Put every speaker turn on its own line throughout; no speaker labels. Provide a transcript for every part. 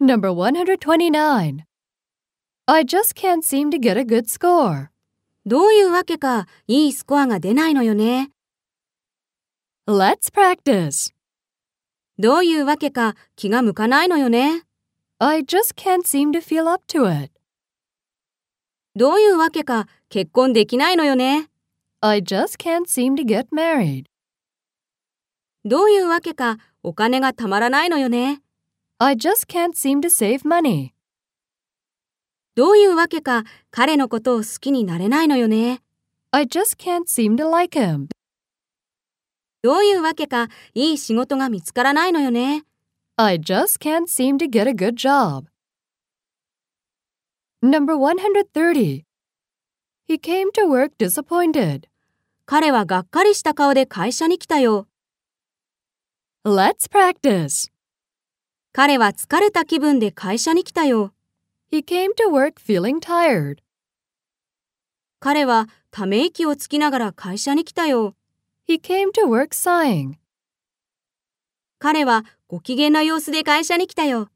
Number 129. I just can't seem to get a good score.
どういうわけか、いいスコアが出ないのよね。
Let's practice.
どういうわけか、気が向かないのよね。
I just can't seem to feel up to it.
どういうわけか、結婚できないのよね。
I just can't seem to get married.
どういうわけか、お金がたまらないのよね。
I just can't seem to save money.
どういうわけか、彼のことを好きになれないのよね。
I just can't seem to like him.
どういうわけか、いい仕事が見つからないのよね。
I just can't seem to get a good job. Number 130. He came to work disappointed.
彼はがっかりした顔で会社に来たよ。
Let's practice.
彼は疲れた気分で会社に来たよ。
He came to work feeling tired.
彼はため息をつきながら会社に来たよ。
He came to work sighing.
彼はご機嫌な様子で会社に来たよ。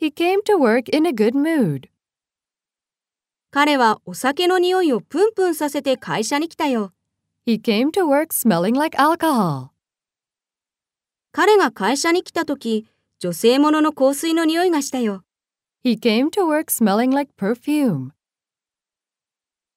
He came to work in a good mood.
彼はお酒の匂いをプンプンさせて会社に来たよ。
He came to work smelling like alcohol.
彼が会社に来た時、女性ものの香水の匂いがしたよ。
He came to work smelling like perfume.